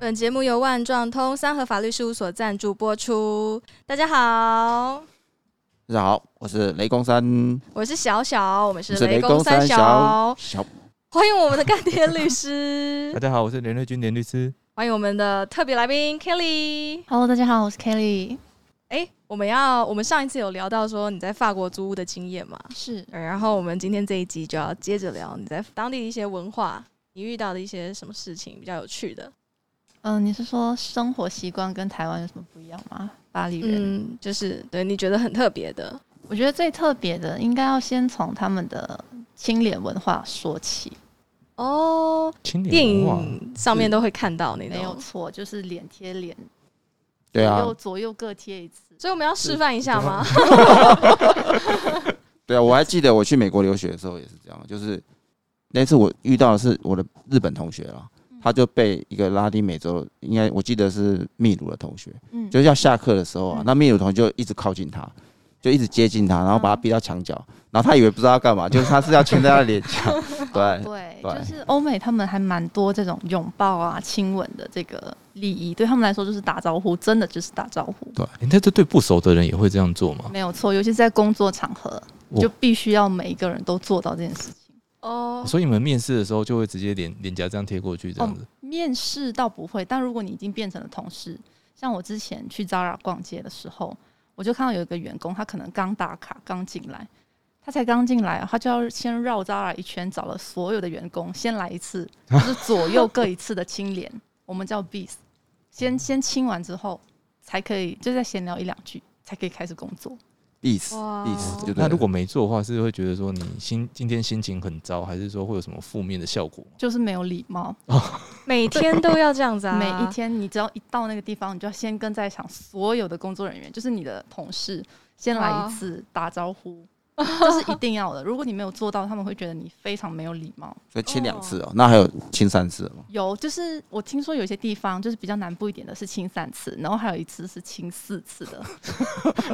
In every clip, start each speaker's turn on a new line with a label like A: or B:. A: 本节目由万状通三和法律事务所赞助播出。大家好，
B: 大家好，我是雷公山，
A: 我是小小，我们是
B: 我是雷
A: 公
B: 公
A: 三
B: 三
A: 小，
B: 小小
A: 欢迎我们的干爹律师
C: 大，家好，我是连瑞君连律师。
A: 欢迎我们的特别来宾 Kelly。
D: Hello，大家好，我是 Kelly。
A: 哎、我们要，我们上一次有聊到说你在法国租屋的经验嘛，
D: 是
A: 呃然后我们今天这一集就要接着聊你在当地的一些文化，你遇到的一些什么事情比较有趣的。
D: 嗯、你是说生活习惯跟台湾有什么不一样吗？巴黎人，
A: 嗯，就是对你觉得很特别的，
D: 我觉得最特别的应该要先从他们的清廉文化说起。
A: 哦，
C: 青
A: 电
C: 年文化，
A: 影上面都会看到那
D: 没有
A: 种，
D: 错，就是脸贴脸，
B: 对啊
D: 左，右左右各贴一次。
A: 所以我们要示范一下吗？
B: 对啊，我还记得我去美国留学的时候也是这样，就是那次我遇到的是我的日本同学啦，他就被一个拉丁美洲，应该我记得是秘鲁的同学，
D: 嗯，
B: 就是要下课的时候啊
D: 嗯，
B: 那秘鲁同学就一直靠近他，就一直接近他，然后把他逼到墙角，然后他以为不知道要干嘛，就是他是要亲在他的脸颊，对，
D: 对，
B: 对
D: 就是欧美他们还蛮多这种拥抱啊、亲吻的这个礼仪，对他们来说就是打招呼，真的就是打招呼，
C: 你那这对不熟的人也会这样做
B: 哦
C: 吗？
D: 没有错。尤其是在工作场合，
C: 我
D: 就必须要每一个人都做到这件事情。
A: 哦，
C: 所以你们面试的时候就会直接脸脸颊这样贴过去，这样子。
D: 面试倒不会，但如果你已经变成了同事，像我之前去 Zara 逛街的时候，我就看到有一个员工，他可能刚打卡刚进来，他才刚进来，他就要先绕 Zara 一圈，找了所有的员工先来一次，就是左右各一次的亲脸，我们叫 b e a s 先先亲完之后，才可以就再闲聊一两句，才可以开始工作。
B: 必死
A: 哇
B: 必死，就对了。
C: 那如果没做的话，是会觉得说你心今天心情很糟，还是说会有什么负面的效 果？
D: 就是没有礼貌，
A: 每天都要这样子啊，
D: 每一天，你只要一到那个地方，你就要先跟在场所有的工作人员，就是你的同事，先来
A: 哇
D: 一次打招 呼，这是一定要的。如果你没有做到，他们会觉得你非常没有礼貌。
B: 所以亲两次哦，那还有亲三次哦，
D: 有，就是我听说有些地方就是比较南部一点的是亲三次，然后还有一次是亲四次的，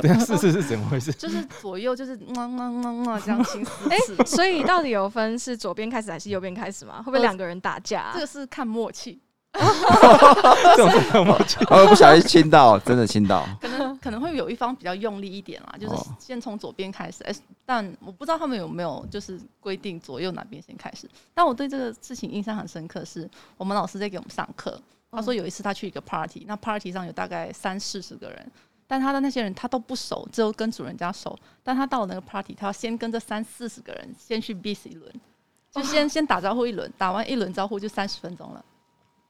C: 对啊，是是是怎么回事？
D: 就是左右就是嗯么么么么这样亲四
A: 哎
D: 次。
A: 所以到底有分是左边开始还是右边开始吗？会不会两个人打架啊、
D: 这个是看默契，
C: 这种这种
B: 哦，不小心亲到，真的亲到，
D: 可能可能会有一方比较用力一点啦，就是
B: 哦
D: 先从左边开始，哎、但我不知道他们有没有就是规定左右哪边先开始。但我对这个事情印象很深刻是，我们老师在给我们上课，他说有一次他去一个 party，、那 party 上有大概三四十个人，但他的那些人他都不熟，只有跟主人家熟。但他到了那个 party，他要先跟这三四十个人先去 b i s 一轮，就先先打招呼一轮，打完一轮招呼就三十分钟了。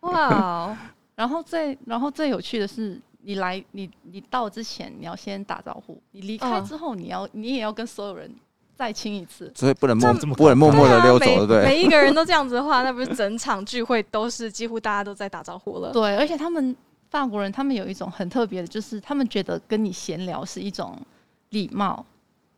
A: 哇哦，
D: 然后最然后最有趣的是，你来你你到之前你要先打招呼，你离开
A: 嗯
D: 之后你要、你也要跟所有人再亲一次。
B: 所以不能默
C: 这么
B: 不能默默的溜走，
A: 对
B: 对
A: 啊
B: 不对？
A: 每每一个人都这样子的话， 那不是整场聚会都是几乎大家都在打招呼了？
D: 对，而且他们法国人他们有一种很特别的，就是他们觉得跟你闲聊是一种礼貌。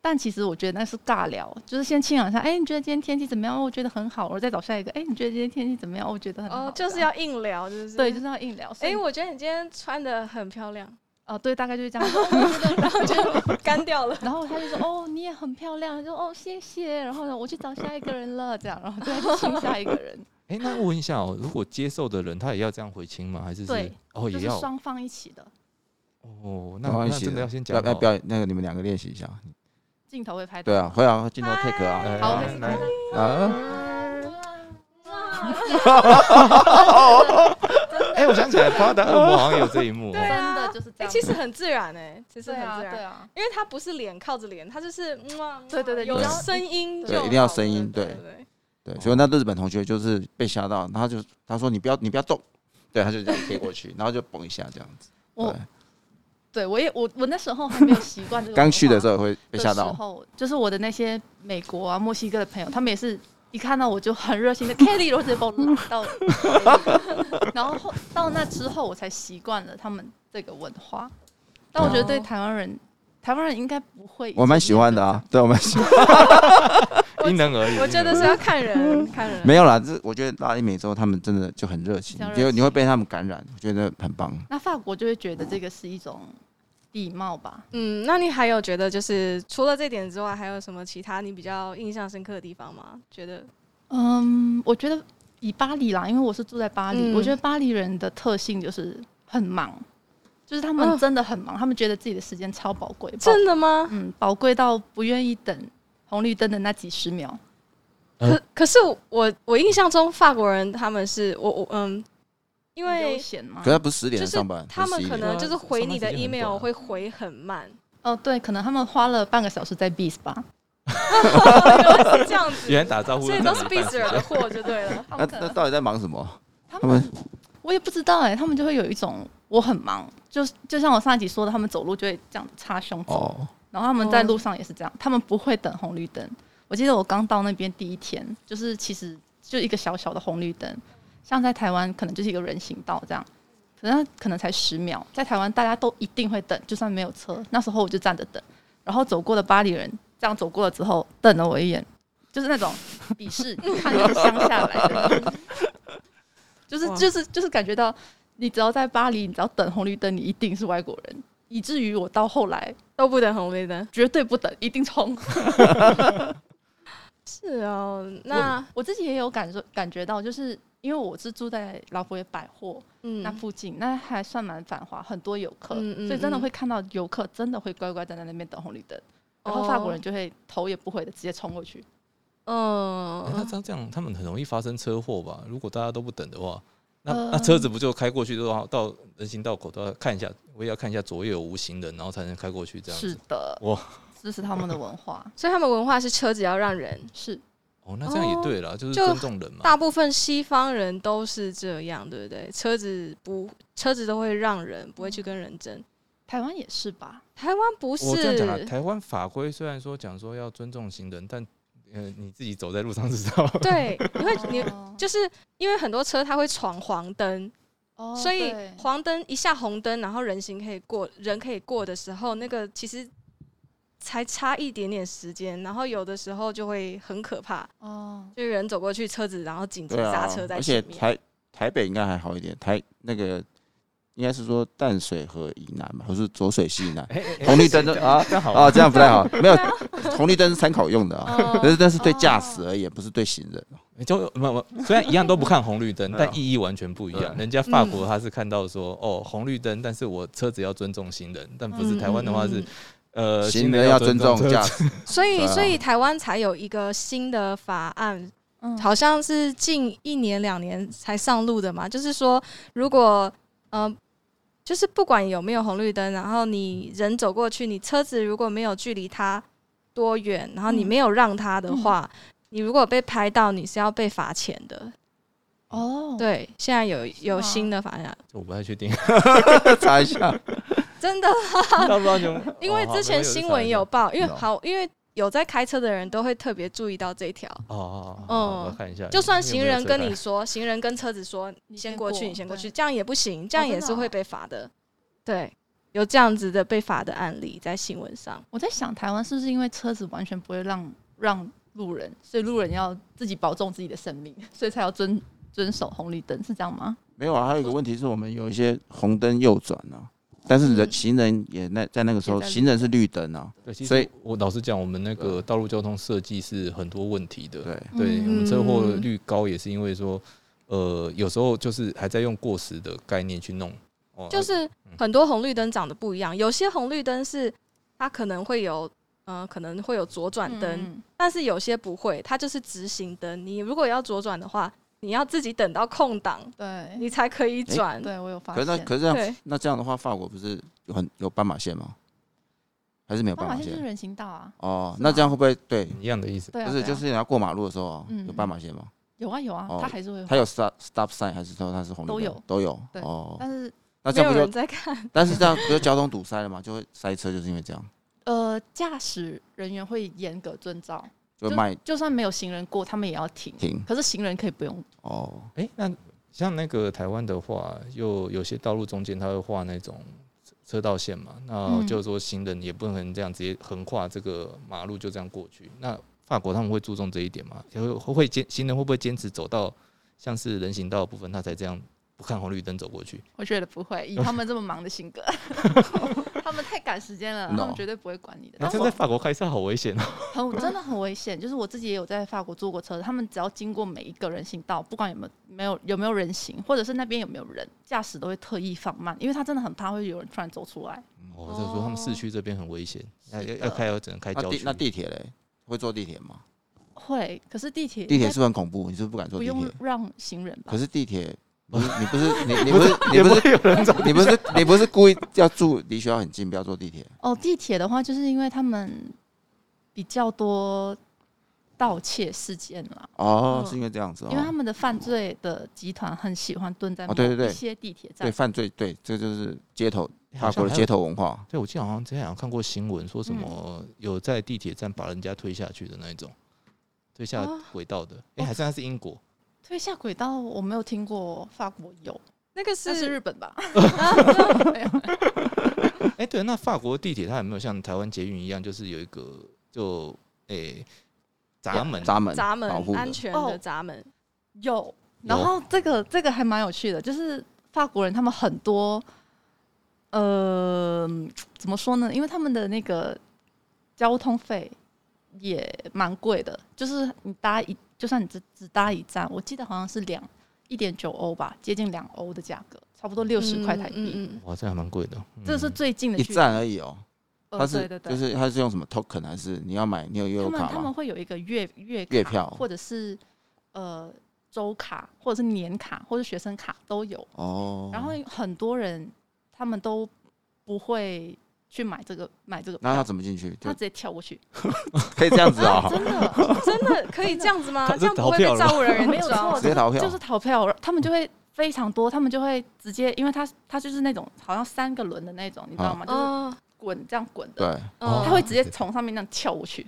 D: 但其实我觉得那是尬聊，就是先亲两下，哎，你觉得今天天气怎么样？哦我觉得很好，我再找下一个，哎，你觉得今天天气怎么样？哦我觉得很好，
A: 哦，就是要硬聊，就是
D: 对，就是要硬聊。
A: 哎、
D: 哎，我
A: 我觉得你今天穿的很漂亮，
D: 哦，对，大概就是这样。哦我觉得
A: 然后就干掉了。
D: 然后他就说：“哦，你也很漂亮。”就哦，谢谢。然后呢，我去找下一个人了，这样，然后再亲下一个人，
C: 哎，那问一下哦，如果接受的人他也要这样回亲吗？还是是
D: 对
C: 哦
D: 就
C: 也
D: 是
C: 要
D: 双方一起的。
C: 哦，那
B: 没关
C: 那
B: 系
C: 真的要先
B: 要
C: 讲哦
B: 要
C: 好
B: 不要那个你们两个练习一下？
D: 镜头会拍到。
B: 对啊，会啊，镜头 take
C: 来
B: 啊，
D: 好
C: 来
D: 开始
C: 来
B: 啊，
C: 哎，我想起来，《巴达恶魔》好像有这一幕哦。
A: 对啊
D: 真的就是
A: 哎、
D: 这样。
A: 其实很自然哎、其实
D: 对
A: 很
D: 啊，
A: 自
D: 对
A: 然，
D: 啊，
A: 因为他不是脸靠着脸，他就是嗯啊嗯啊
D: 对对对
A: 有
D: 你
B: 要
A: 声音就
B: 对一定要
A: 好
B: 声
A: 了
B: 音
A: 对
B: 对
A: 对。
B: 对，所以那日本同学就是被吓到，然后他就他说你不要你不要动，对，他就这样贴过去，然后就嘣一下这样子。
D: 我
B: 对，
D: 对我也我我那时候还没有习惯这个。
B: 刚去的时
D: 候
B: 候也会被吓到，
D: 候，就是我的那些美国啊、墨西哥的朋友，他们也是。一看到我就很热心的 Kelly，然后直接把我拉 到北美，然后后到那之后我才习惯了他们这个文化。但我觉得对
A: 哦
D: 台湾人，台湾人应该不会。
B: 我蛮喜欢的啊，对我蛮喜欢。
C: 因人而异。
A: 我觉得是要看
C: 嗯
A: 人，看人。
B: 没有啦，这我觉得拉丁美洲他们真的就很热情
D: 比较，热
B: 你会你会
D: 情
B: 被他们感染，我觉得很棒。
D: 那法国就会觉得这个是一种礼貌吧。
A: 嗯，那你还有觉得就是除了这点之外，还有什么其他你比较印象深刻的地方吗？觉得
D: 嗯，我觉得以巴黎啦，因为我是住在巴黎，
A: 嗯
D: 我觉得巴黎人的特性就是很忙，就是他
A: 哦
D: 们真的很忙，他们觉得自己的时间超宝贵，宝
A: 真的吗？
D: 嗯宝贵到不愿意等红绿灯的那几十秒。
C: 呃
A: 可可是我我印象中法国人他们是我我嗯，因
D: 很悠
A: 为
D: 闲吗
B: 可？他不是十点
A: 就是
B: 上班，
A: 他们可能就是回你的
C: 对啊上班时间很
A: email
C: 短
A: 会回很 慢，
D: 哦，对，可能他们花了半个小时在 Bees 吧，
A: 哦是这样 子，
C: 原来打招呼
A: 所
C: 要
A: 以
C: 占
A: 都是
C: 你半
A: b i
C: 小
A: z
C: 时
A: e r 的货就对了。
D: 他
B: 那
D: 们可
B: 那
D: 能
B: 到底在忙什么？
D: 他
B: 他
D: 们
B: 们
D: 我也不知道哎、他们就会有一种我很忙，就就像我上一集说的，他们走路就会这样插胸走，
B: 哦，
D: 然后他们在路上也是这样，他们不会等红绿灯。我记得我刚到那边第一天，就是其实就一个小小的红绿灯，像在台湾可能就是一个人行道这样，可能可能才十秒，在台湾大家都一定会等，就算没有车，那时候我就站着等，然后走过的巴黎人这样走过了之后瞪了我一眼，就是那种鄙视，你看你是乡下来的，就是
A: 哇
D: 就是就是感觉到你只要在巴黎，你只要等红绿灯，你一定是外国人，以至于我到后来
A: 都不等红绿灯。
D: 绝对不等，一定冲。
A: 是哦，那
D: 我自己也有感受感觉到，就是因为我是住在老佛爷百货
A: 嗯
D: 那附近，那还算蛮繁华，很多游客，
A: 嗯嗯
D: 所以真的
A: 嗯
D: 会看到游客真的会乖乖站在那边等红绿灯，然
A: 哦
D: 后法国人就会头也不回的直接冲过去。
C: 哎那
A: 嗯，
C: 这样这样，他们很容易发生车祸吧？如果大家都不等的话，那那
A: 嗯
D: 呃
C: 车子不就开过去都要到人行道口都要看一下，我也要看一下左右有无行人，然后才能开过去这样
D: 是
C: 子。
D: 的，
C: 哇
D: 这是他们的文化，
A: 所以他们文化是车子要让人，
D: 是
C: 哦，那这样也对啦，就是
A: 就
C: 尊重人嘛。
A: 大部分西方人都是这样，对不对？车子不，车子都会让人，不会去跟人争。
D: 台湾也是吧？
A: 台湾不
C: 我这样讲啊，
A: 是，
C: 台湾法规虽然说讲说要尊重行人，但呃你自己走在路上 知道。
A: 对，你会你
D: 哦
A: 就是因为很多车它会闯黄灯，
D: 哦
A: 所以
D: 对
A: 黄灯一下红灯，然后人行可以过，人可以过的时候，那个其实才差一点点时间，然后有的时候就会很可怕，
D: 哦，
A: 就是人走过去，车子然后紧急
B: 对啊
A: 刹车，在
B: 而且
A: 前面。
B: 台台北应该还好一点，台那个应该是说淡水河以南吧，或是浊水溪以 南，
C: 哎哎哎
B: 红绿灯的啊
C: 这样好
B: 啊，
C: 吗
B: 这样不太好，没有红绿灯是参考用的啊，
A: 哦
B: 可 是那是对驾驶而言，不是对行人。，
C: 就没有，虽然一样都不看红绿灯但意义完全不一样。
B: 对
C: 人家法
A: 嗯
C: 国他是看到说，哦，红绿灯，但是我车子要尊重行人，但不是台湾的话
A: 嗯
C: 是
A: 嗯，
C: 呃，
B: 行人要尊重
C: 车子
B: 驾驶，
A: 所以，
B: 对啊
A: 所以台湾才有一个新的法案，
D: 嗯
A: 好像是近一年两年才上路的嘛。就是说，如果呃，就是不管有没有红绿灯，然后你人走过去，你车子如果没有距离它多远，然后你
D: 嗯
A: 没有让它的话，你如果被拍到，你是要被罚钱的。
D: 哦，，
A: 对，现在有有
D: 吗
A: 新的法案，
C: 我不太 确定。
B: 查一下。
A: 真的
C: 要不然就
A: 因为之前新闻哦有
C: 哦
A: 报，因为
B: 是哦
A: 好，因为有在开车的人都会特别注意到这一条。
C: 哦，哦
A: 嗯
C: 哦我看一下，
A: 就算行人跟
C: 有没
A: 你
C: 有车
A: 说， 行人跟车子说，你
D: 你
A: 先
D: 先
A: 过
D: 过
A: 去，你先过
D: 对
A: 去，这样也不行，这样也
D: 真的
A: 是会
D: 哦
A: 被罚的。对，有这样子的被罚的案例在新闻上。
D: 我在想台湾是不是因为车子完全不会让让路人，所以路人要自己保重自己的生命，所以才要遵遵守红绿灯，是这样吗？
B: 没有啊，还有一个问题是我们有一些红灯右转啊，但是人
A: 嗯
B: 行人也那在那个时候，
D: 也在绿
B: 行人是绿灯啊，
C: 对，其
B: 所以啊
C: 实我老实讲，我们那个道路交通设计是很多问题的。
B: 对，
C: 对，我们车祸
A: 嗯
C: 率高也是因为说，呃，有时候就是还在用过时的概念去弄，哦
B: 嗯
A: 就是很多红绿灯长得不一样，有些红绿灯是它可能会有，呃，可能会有左转灯，
D: 嗯
A: 但是有些不会，它就是直行灯。你如果要左转的话，你要自己等到空档，
D: 对，
A: 你才可以转。
D: 哎对我有发
B: 可是
D: 现。
B: 那可是这样，
A: 对，
B: 那这样的话，法国不是有很有斑马线吗？还是没有
D: 斑
B: 斑马
D: 马线是
B: 线？
D: 人行道啊，
B: 哦，
D: 是
B: 那
D: 吗
B: 这样会不会对？
C: 一样的意思。
D: 对啊，
B: 不是，
D: 对啊
B: 就是你要过马路的时候啊，
D: 嗯
B: 有斑马线吗？
D: 有啊有啊
B: 哦，
D: 它还是会有，
B: 它有 stop stop sign 还是说它是红绿灯
D: 都有
B: 都有
D: 对
B: 哦。
D: 但是
B: 那
A: 没
B: 这样
A: 有
B: 不
A: 人
B: 就？
A: 在看。
B: 但是这样不就交通堵塞了嘛？就会塞车，就是因为这样，
D: 呃，驾驶人员会严格遵照，
B: 就会慢
D: 就算没有行人过，他们也要停。
B: 停
D: 可是行人可以不用，
B: 哦。
C: 哎、那像那个台湾的话，又有些道路中间它会画那种车车道线嘛，那
D: 嗯
C: 就是说行人也不能这样直接横跨这个马路就这样过去。那法国他们会注重这一点吗？也会会坚行人会不会坚持走到像是人行道的部分，他才这样不看红绿灯走过去？
D: 我觉得不会，以他们这么忙的性格， 他们太赶时间了
B: No
D: 他们绝对不会管你的。
C: 那
D: 但
C: 这
D: 我
C: 样在法国开车好危险哦。
D: 很真的很危险，就是我自己也有在法国坐过车，他们只要经过每一个人行道，不管有没有没有有没有人行，或者是那边有没有人，驾驶都会特意放慢，因为他真的很怕会有人突然走出来。
C: 嗯我就说他们市区这边很危险，要要
D: 哦
C: 要开要只能开
B: 那
C: 郊
B: 地
C: 区。
B: 那地铁嘞，会坐地铁吗？
D: 会，可是地铁
B: 地铁
D: 应
B: 是不是很恐怖？你是不是不敢
D: 该
B: 坐
D: 不
B: 地
D: 用
B: 铁？
D: 让行人吧
B: 可？是地铁，不是你不 是你你不是你不是
C: 有人走，
B: 你不是你不是故意要住离学校很近，不要坐地铁。
D: 哦，地铁的话，就是因为他们比较多盗窃事件啦，
B: 哦，
D: 嗯
B: 是因为这样子
D: 因为他
B: 哦。
D: 们的犯罪的集团很喜欢蹲在
B: 哦对对
D: 某
B: 对
D: 一些地铁站
B: 对，犯罪，对，这就是街头
C: 好
B: 法
C: 像
B: 国的
C: 还
B: 街
C: 有。
B: 头文化。
C: 对，我记得好像之前好像看过新闻，说什
D: 嗯
C: 么有在地铁站把人家推下去的那一种，推下
D: 啊
C: 轨道的。哎，还是那是英国，
D: 推下轨道，我没有听过法国有，
A: 那个
D: 那是
A: 是
D: 日本吧？
C: 哎、对，那法国地铁它有没有像台湾捷运一样，就是有一个就诶、闸门？
B: 闸门，
A: 闸门
B: 保护，的
A: 安。全
D: 哦
A: 的闸门。
D: 有，
C: 有
D: 然后这个这个还蛮有趣的，就是法国人他们很多，呃，怎么说呢？因为他们的那个交通费也蛮贵的，就是你搭一，就算你只只搭一站，我记得好像是两一点九欧吧，接近两欧的价格，差不多六十块台币。
A: 嗯嗯嗯
C: 哇，这还蛮贵的。嗯
D: 这是最近的
B: 一
D: 距离，
B: 站而已哦，
D: 呃
B: 它
D: 对
B: 是
D: 对
B: 就
D: 对，
B: 是它是用什么 token 还是你要买你有悠
D: 他
B: 游
D: 们
B: 卡
D: 他们
B: 吗？
D: 会有一个月月卡
B: 月票
D: 或者是呃周卡，或者是年卡，或者学生卡都有。
B: 哦，
D: 然后很多人他们都不会去买这个买这个
B: 那
D: 票，
B: 要怎么进去？
D: 他
B: 就
D: 直接跳过去，
B: 可以这样子啊，
D: 真的
A: 真的可以这样子吗？
C: 他
A: 这样
C: 是
A: 不会
C: 逃票
A: 被
C: 了吗
A: 照顾 人
D: 没
A: 员
D: 有
A: 抓
D: 错，
A: 吗？
B: 直接逃票
D: 就是逃票，他们就会非常多，他们就会直接，因为他他就是那种好像三个轮的那种，你知道吗？就是
A: 哦，
D: 滚这样滚的，
B: 对，
C: 哦
D: 他会直接从上面那样跳过去，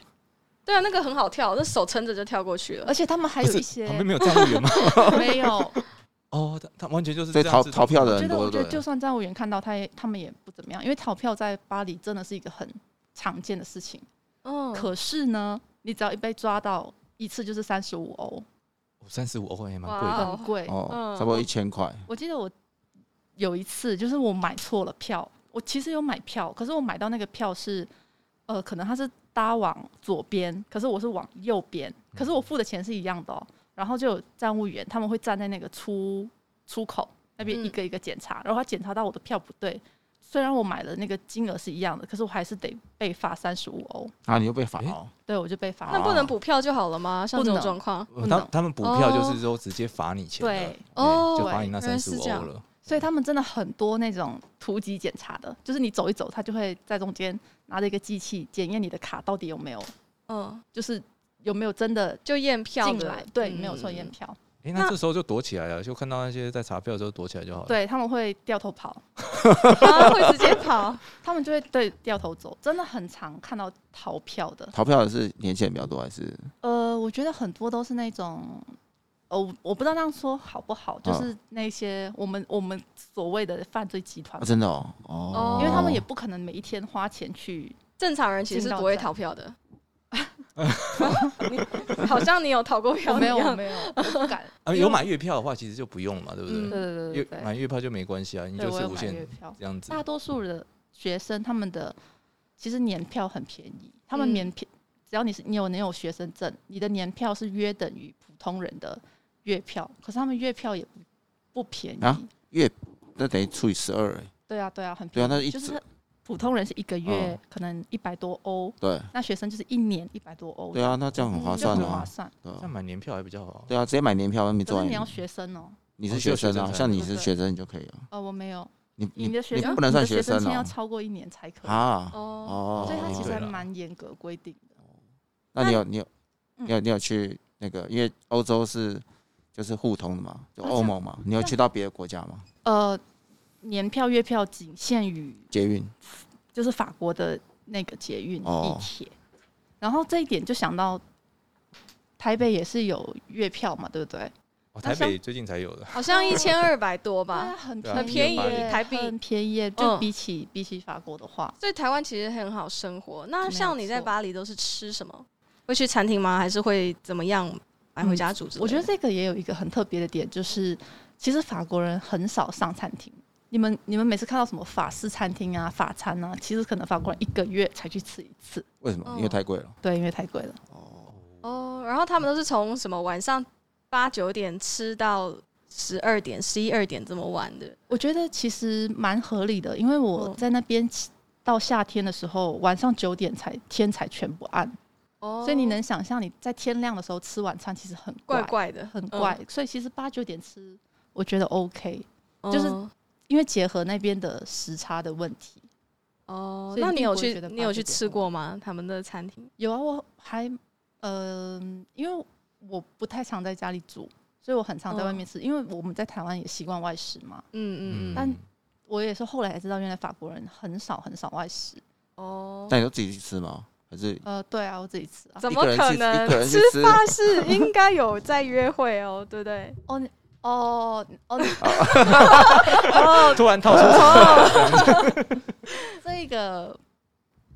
A: 对啊，那个很好跳，那手撑着就跳过去了
D: 而。且他们还
C: 不
D: 有
C: 是
D: 一些
C: 旁边没有站务员吗？
D: 没有，
C: 哦，他他完全就是
B: 所以
C: 这
B: 逃
C: 样子
B: 逃票的
D: 我觉
B: 人
D: 得
B: 多，
D: 我觉
B: 对
D: 得
B: 不
D: 就
B: 对，
D: 算站务员看到他也他们也不怎么样，因为逃票在巴黎真的是一个很常见的事情。
A: 嗯，
D: 可是呢，你只要一被抓到一次就是三十五欧，
C: 三十五欧也蛮贵
A: 哇
C: 的。
A: 哦
D: 很贵。
B: 哦，
A: 嗯
B: 差不多一千块，
D: 我记得我有一次就是我买错了票，我其实有买票，可是我买到那个票是，呃，可能它是搭往左边，可是我是往右边，可是我付的钱是一样的哦。然后就有站务员，他们会站在那个出出口那边
A: 嗯
D: 一个一个检查，然后他检查到我的票不对，虽然我买的那个金额是一样的，可是我还是得被罚三十五欧。
B: 然后你又被罚哦，
D: 对，我就被罚
A: 那
D: 了。
A: 不能补票就好了
D: 哦
A: 吗？像这种
D: 不能
A: 状况，
C: 呃他
D: 嗯
C: 他们补票就是说直接罚你钱的，哎
D: 对
A: 哦
C: 就罚你那
A: 原来
C: 三
A: 是
C: 十五
A: 这样
C: 欧了。
D: 所以他们真的很多那种突击检查的，就是你走一走，他就会在中间拿着一个机器检验你的卡到底有没有，
A: 嗯，
D: 就是有没有真的
A: 就验票
D: 进
A: 的
D: 来，对，
A: 嗯
D: 没有抽验票，
C: 哎、那
A: 那
C: 这时候就躲起来了，就看到那些在查票的时候躲起来就好了。，
D: 对他们会掉头跑，
A: 啊，会直接 跑。
D: 他们就会对掉头走，真的很常看到逃票的。
B: 逃票的是年限比较多还是
D: 呃，我觉得很多都是那种，哦，我不知道那样说好不好，就是那些我们我们所谓的犯罪集团
B: 啊，，真的哦，哦，
D: 呃因为他们也不可能每一天花钱去
A: 正常人其实
D: 进
A: 是
D: 到
A: 不会
D: 站
A: 逃票的。你 好像你有逃过票
D: 我
A: 一
D: 哦没 有，我
A: 样，
D: 没有，我不敢。
C: 啊，
D: 因为
C: 有买月票的话其实就不用了嘛，对不
D: 对
C: 对？
D: 对对对
C: 月
D: 对
C: 买月票就没关系啊，你
D: 对，
C: 就
D: 我
C: 是
D: 有
C: 无
D: 买月
C: 限
D: 票。
C: 这样子。
D: 大多数的学生他们的其实年票很便宜，他们
A: 嗯
D: 年票、只要你是你有你有学生证，你的年票是约等于普通人的月票，可是他们月票也不不便宜。
B: 啊那等于除以十二，哎
D: 对啊，对啊，很
B: 对
D: 便
B: 啊
D: 宜。
B: 那一
D: 就是
B: 折
D: 他普通人是一个月、
B: 嗯
D: 可能一百多欧，
B: 对
D: 那学生就是一年一百多欧，
B: 对啊，那这样很划
D: 就
B: 算
D: 嗯很划
B: 啊，
D: 算。
B: 对
C: 像
B: 啊
C: 买年票还比较好。
B: 对啊，直接买年票，你
D: 可
B: 做
D: 是你要
B: 完，
D: 学生哦，
B: 你是学生
C: 哦
B: 啊，
C: 学
B: 像你
D: 对
B: 是
D: 对
B: 学生你就可以了，
D: 呃，我没有，
B: 你
D: 你的学
B: 你
D: 生
B: 不能算
D: 你的学
B: 学生
D: 签要
B: 哦
D: 超过一年才可以，
B: 啊，
A: 哦，
B: 哦，
D: 所以他其实
C: 对
D: 还
C: 了
D: 蛮严格规定的。
B: 那你有你有
D: 嗯
B: 你有你有去那个，因为欧洲是就是互通的嘛，就
D: 啊
B: 欧盟嘛，你有去到别的国家吗？
D: 呃，年票、月票仅限于
B: 捷运
D: 就是法国的那个捷运地
B: 哦
D: 铁，然后这一点就想到台北也是有月票嘛，对不对？
C: 哦，
D: 那
C: 台
D: 像
C: 北最近才有的，
A: 好像一千二百多
D: 对
A: 吧
D: 啊，。很
C: 对啊
D: 便
A: 便
D: 宜
A: 宜
D: 耶，
A: 台币
D: 很便宜耶，就
A: 嗯
D: 比起、比起法国的话，
A: 所以台湾其实很好生活。那像你在
D: 没有错
A: 巴黎都是吃什么？会去餐厅吗？还是会怎么样买回
D: 嗯
A: 家煮之类的？
D: 我觉得这个也有一个很特别的点，就是其实法国人很少上餐厅，你们你们每次看到什么法式餐厅啊、法餐啊，其实可能法国人一个月才去吃一次，
B: 为什么？因为
A: 哦
B: 太贵了。
D: 对，因为太贵了。
B: 哦，
A: 哦，然后他们都是从什么晚上八九点吃到十二点、十一二点这么晚的。
D: 我觉得其实蛮合理的，因为我
A: 嗯
D: 在那边起到夏天的时候，晚上九点才天才全部暗，
A: 哦
D: 所以你能想象你在天亮的时候吃晚餐其实很
A: 怪
D: 怪，
A: 怪的，嗯
D: 很怪。所以其实八九点吃，我觉得 OK，
A: 嗯，
D: 就是
A: 哦
D: 因为结合那边的时差的问题。
A: 哦
D: 所。以
A: 那你
D: 并
A: 有
D: 不会
A: 去
D: 觉得
A: 你有去
D: 8-9
A: 吃过吗？他们的餐厅？
D: 有啊，我还嗯，因为我不太常在家里煮，所以我很常在外面吃，因为我们在台湾也习惯外食嘛。
A: 嗯嗯嗯。
D: 但我也是后来才知道，原来法国人很少很少外食。
A: 哦。
B: 那你都自己去吃吗？还是
A: 嗯
D: 呃，对啊，我自己吃啊。
A: 怎
B: 一
A: 么
B: 个人
A: 可
B: 去
A: 能
B: 一个？人去
A: 吃
B: 吃
A: 法是应该有在约会哦，对不对？
D: 哦你哦哦，你
A: 哦，
C: 突然套出
D: 哦 这个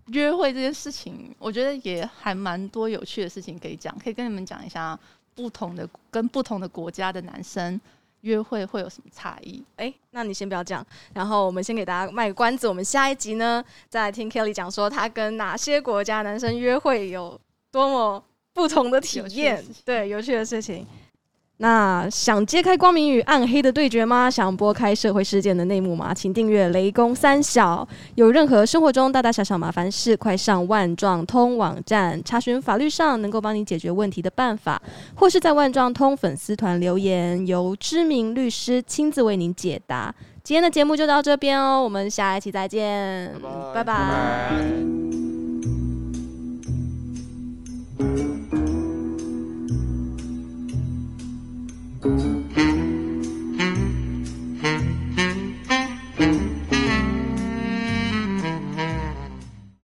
D: 约会这件事情，我觉得也还蛮多有趣的事情可以讲，可以跟你们讲一下不同的跟不同的国家的男生约会会有什么差异。
A: 哎、那你先不要这样，然后我们先给大家卖个关子，我们下一集呢再来听 Kelly 讲说她跟哪些国家男生约会有多么不同的体
D: 有趣的
A: 验
D: 事情，
A: 对，有趣的事情。那想揭开光明与暗黑的对决吗？想拨开社会事件的内幕吗？请订阅《雷公三小》。有任何生活中大大小小麻烦事，快上万状通网站查询法律上能够帮你解决问题的办法。或是在万状通粉丝团留言，由知名律师亲自为您解答。今天的节目就到这边哦，我们下一期再见，拜
B: 拜拜
A: 拜
B: 拜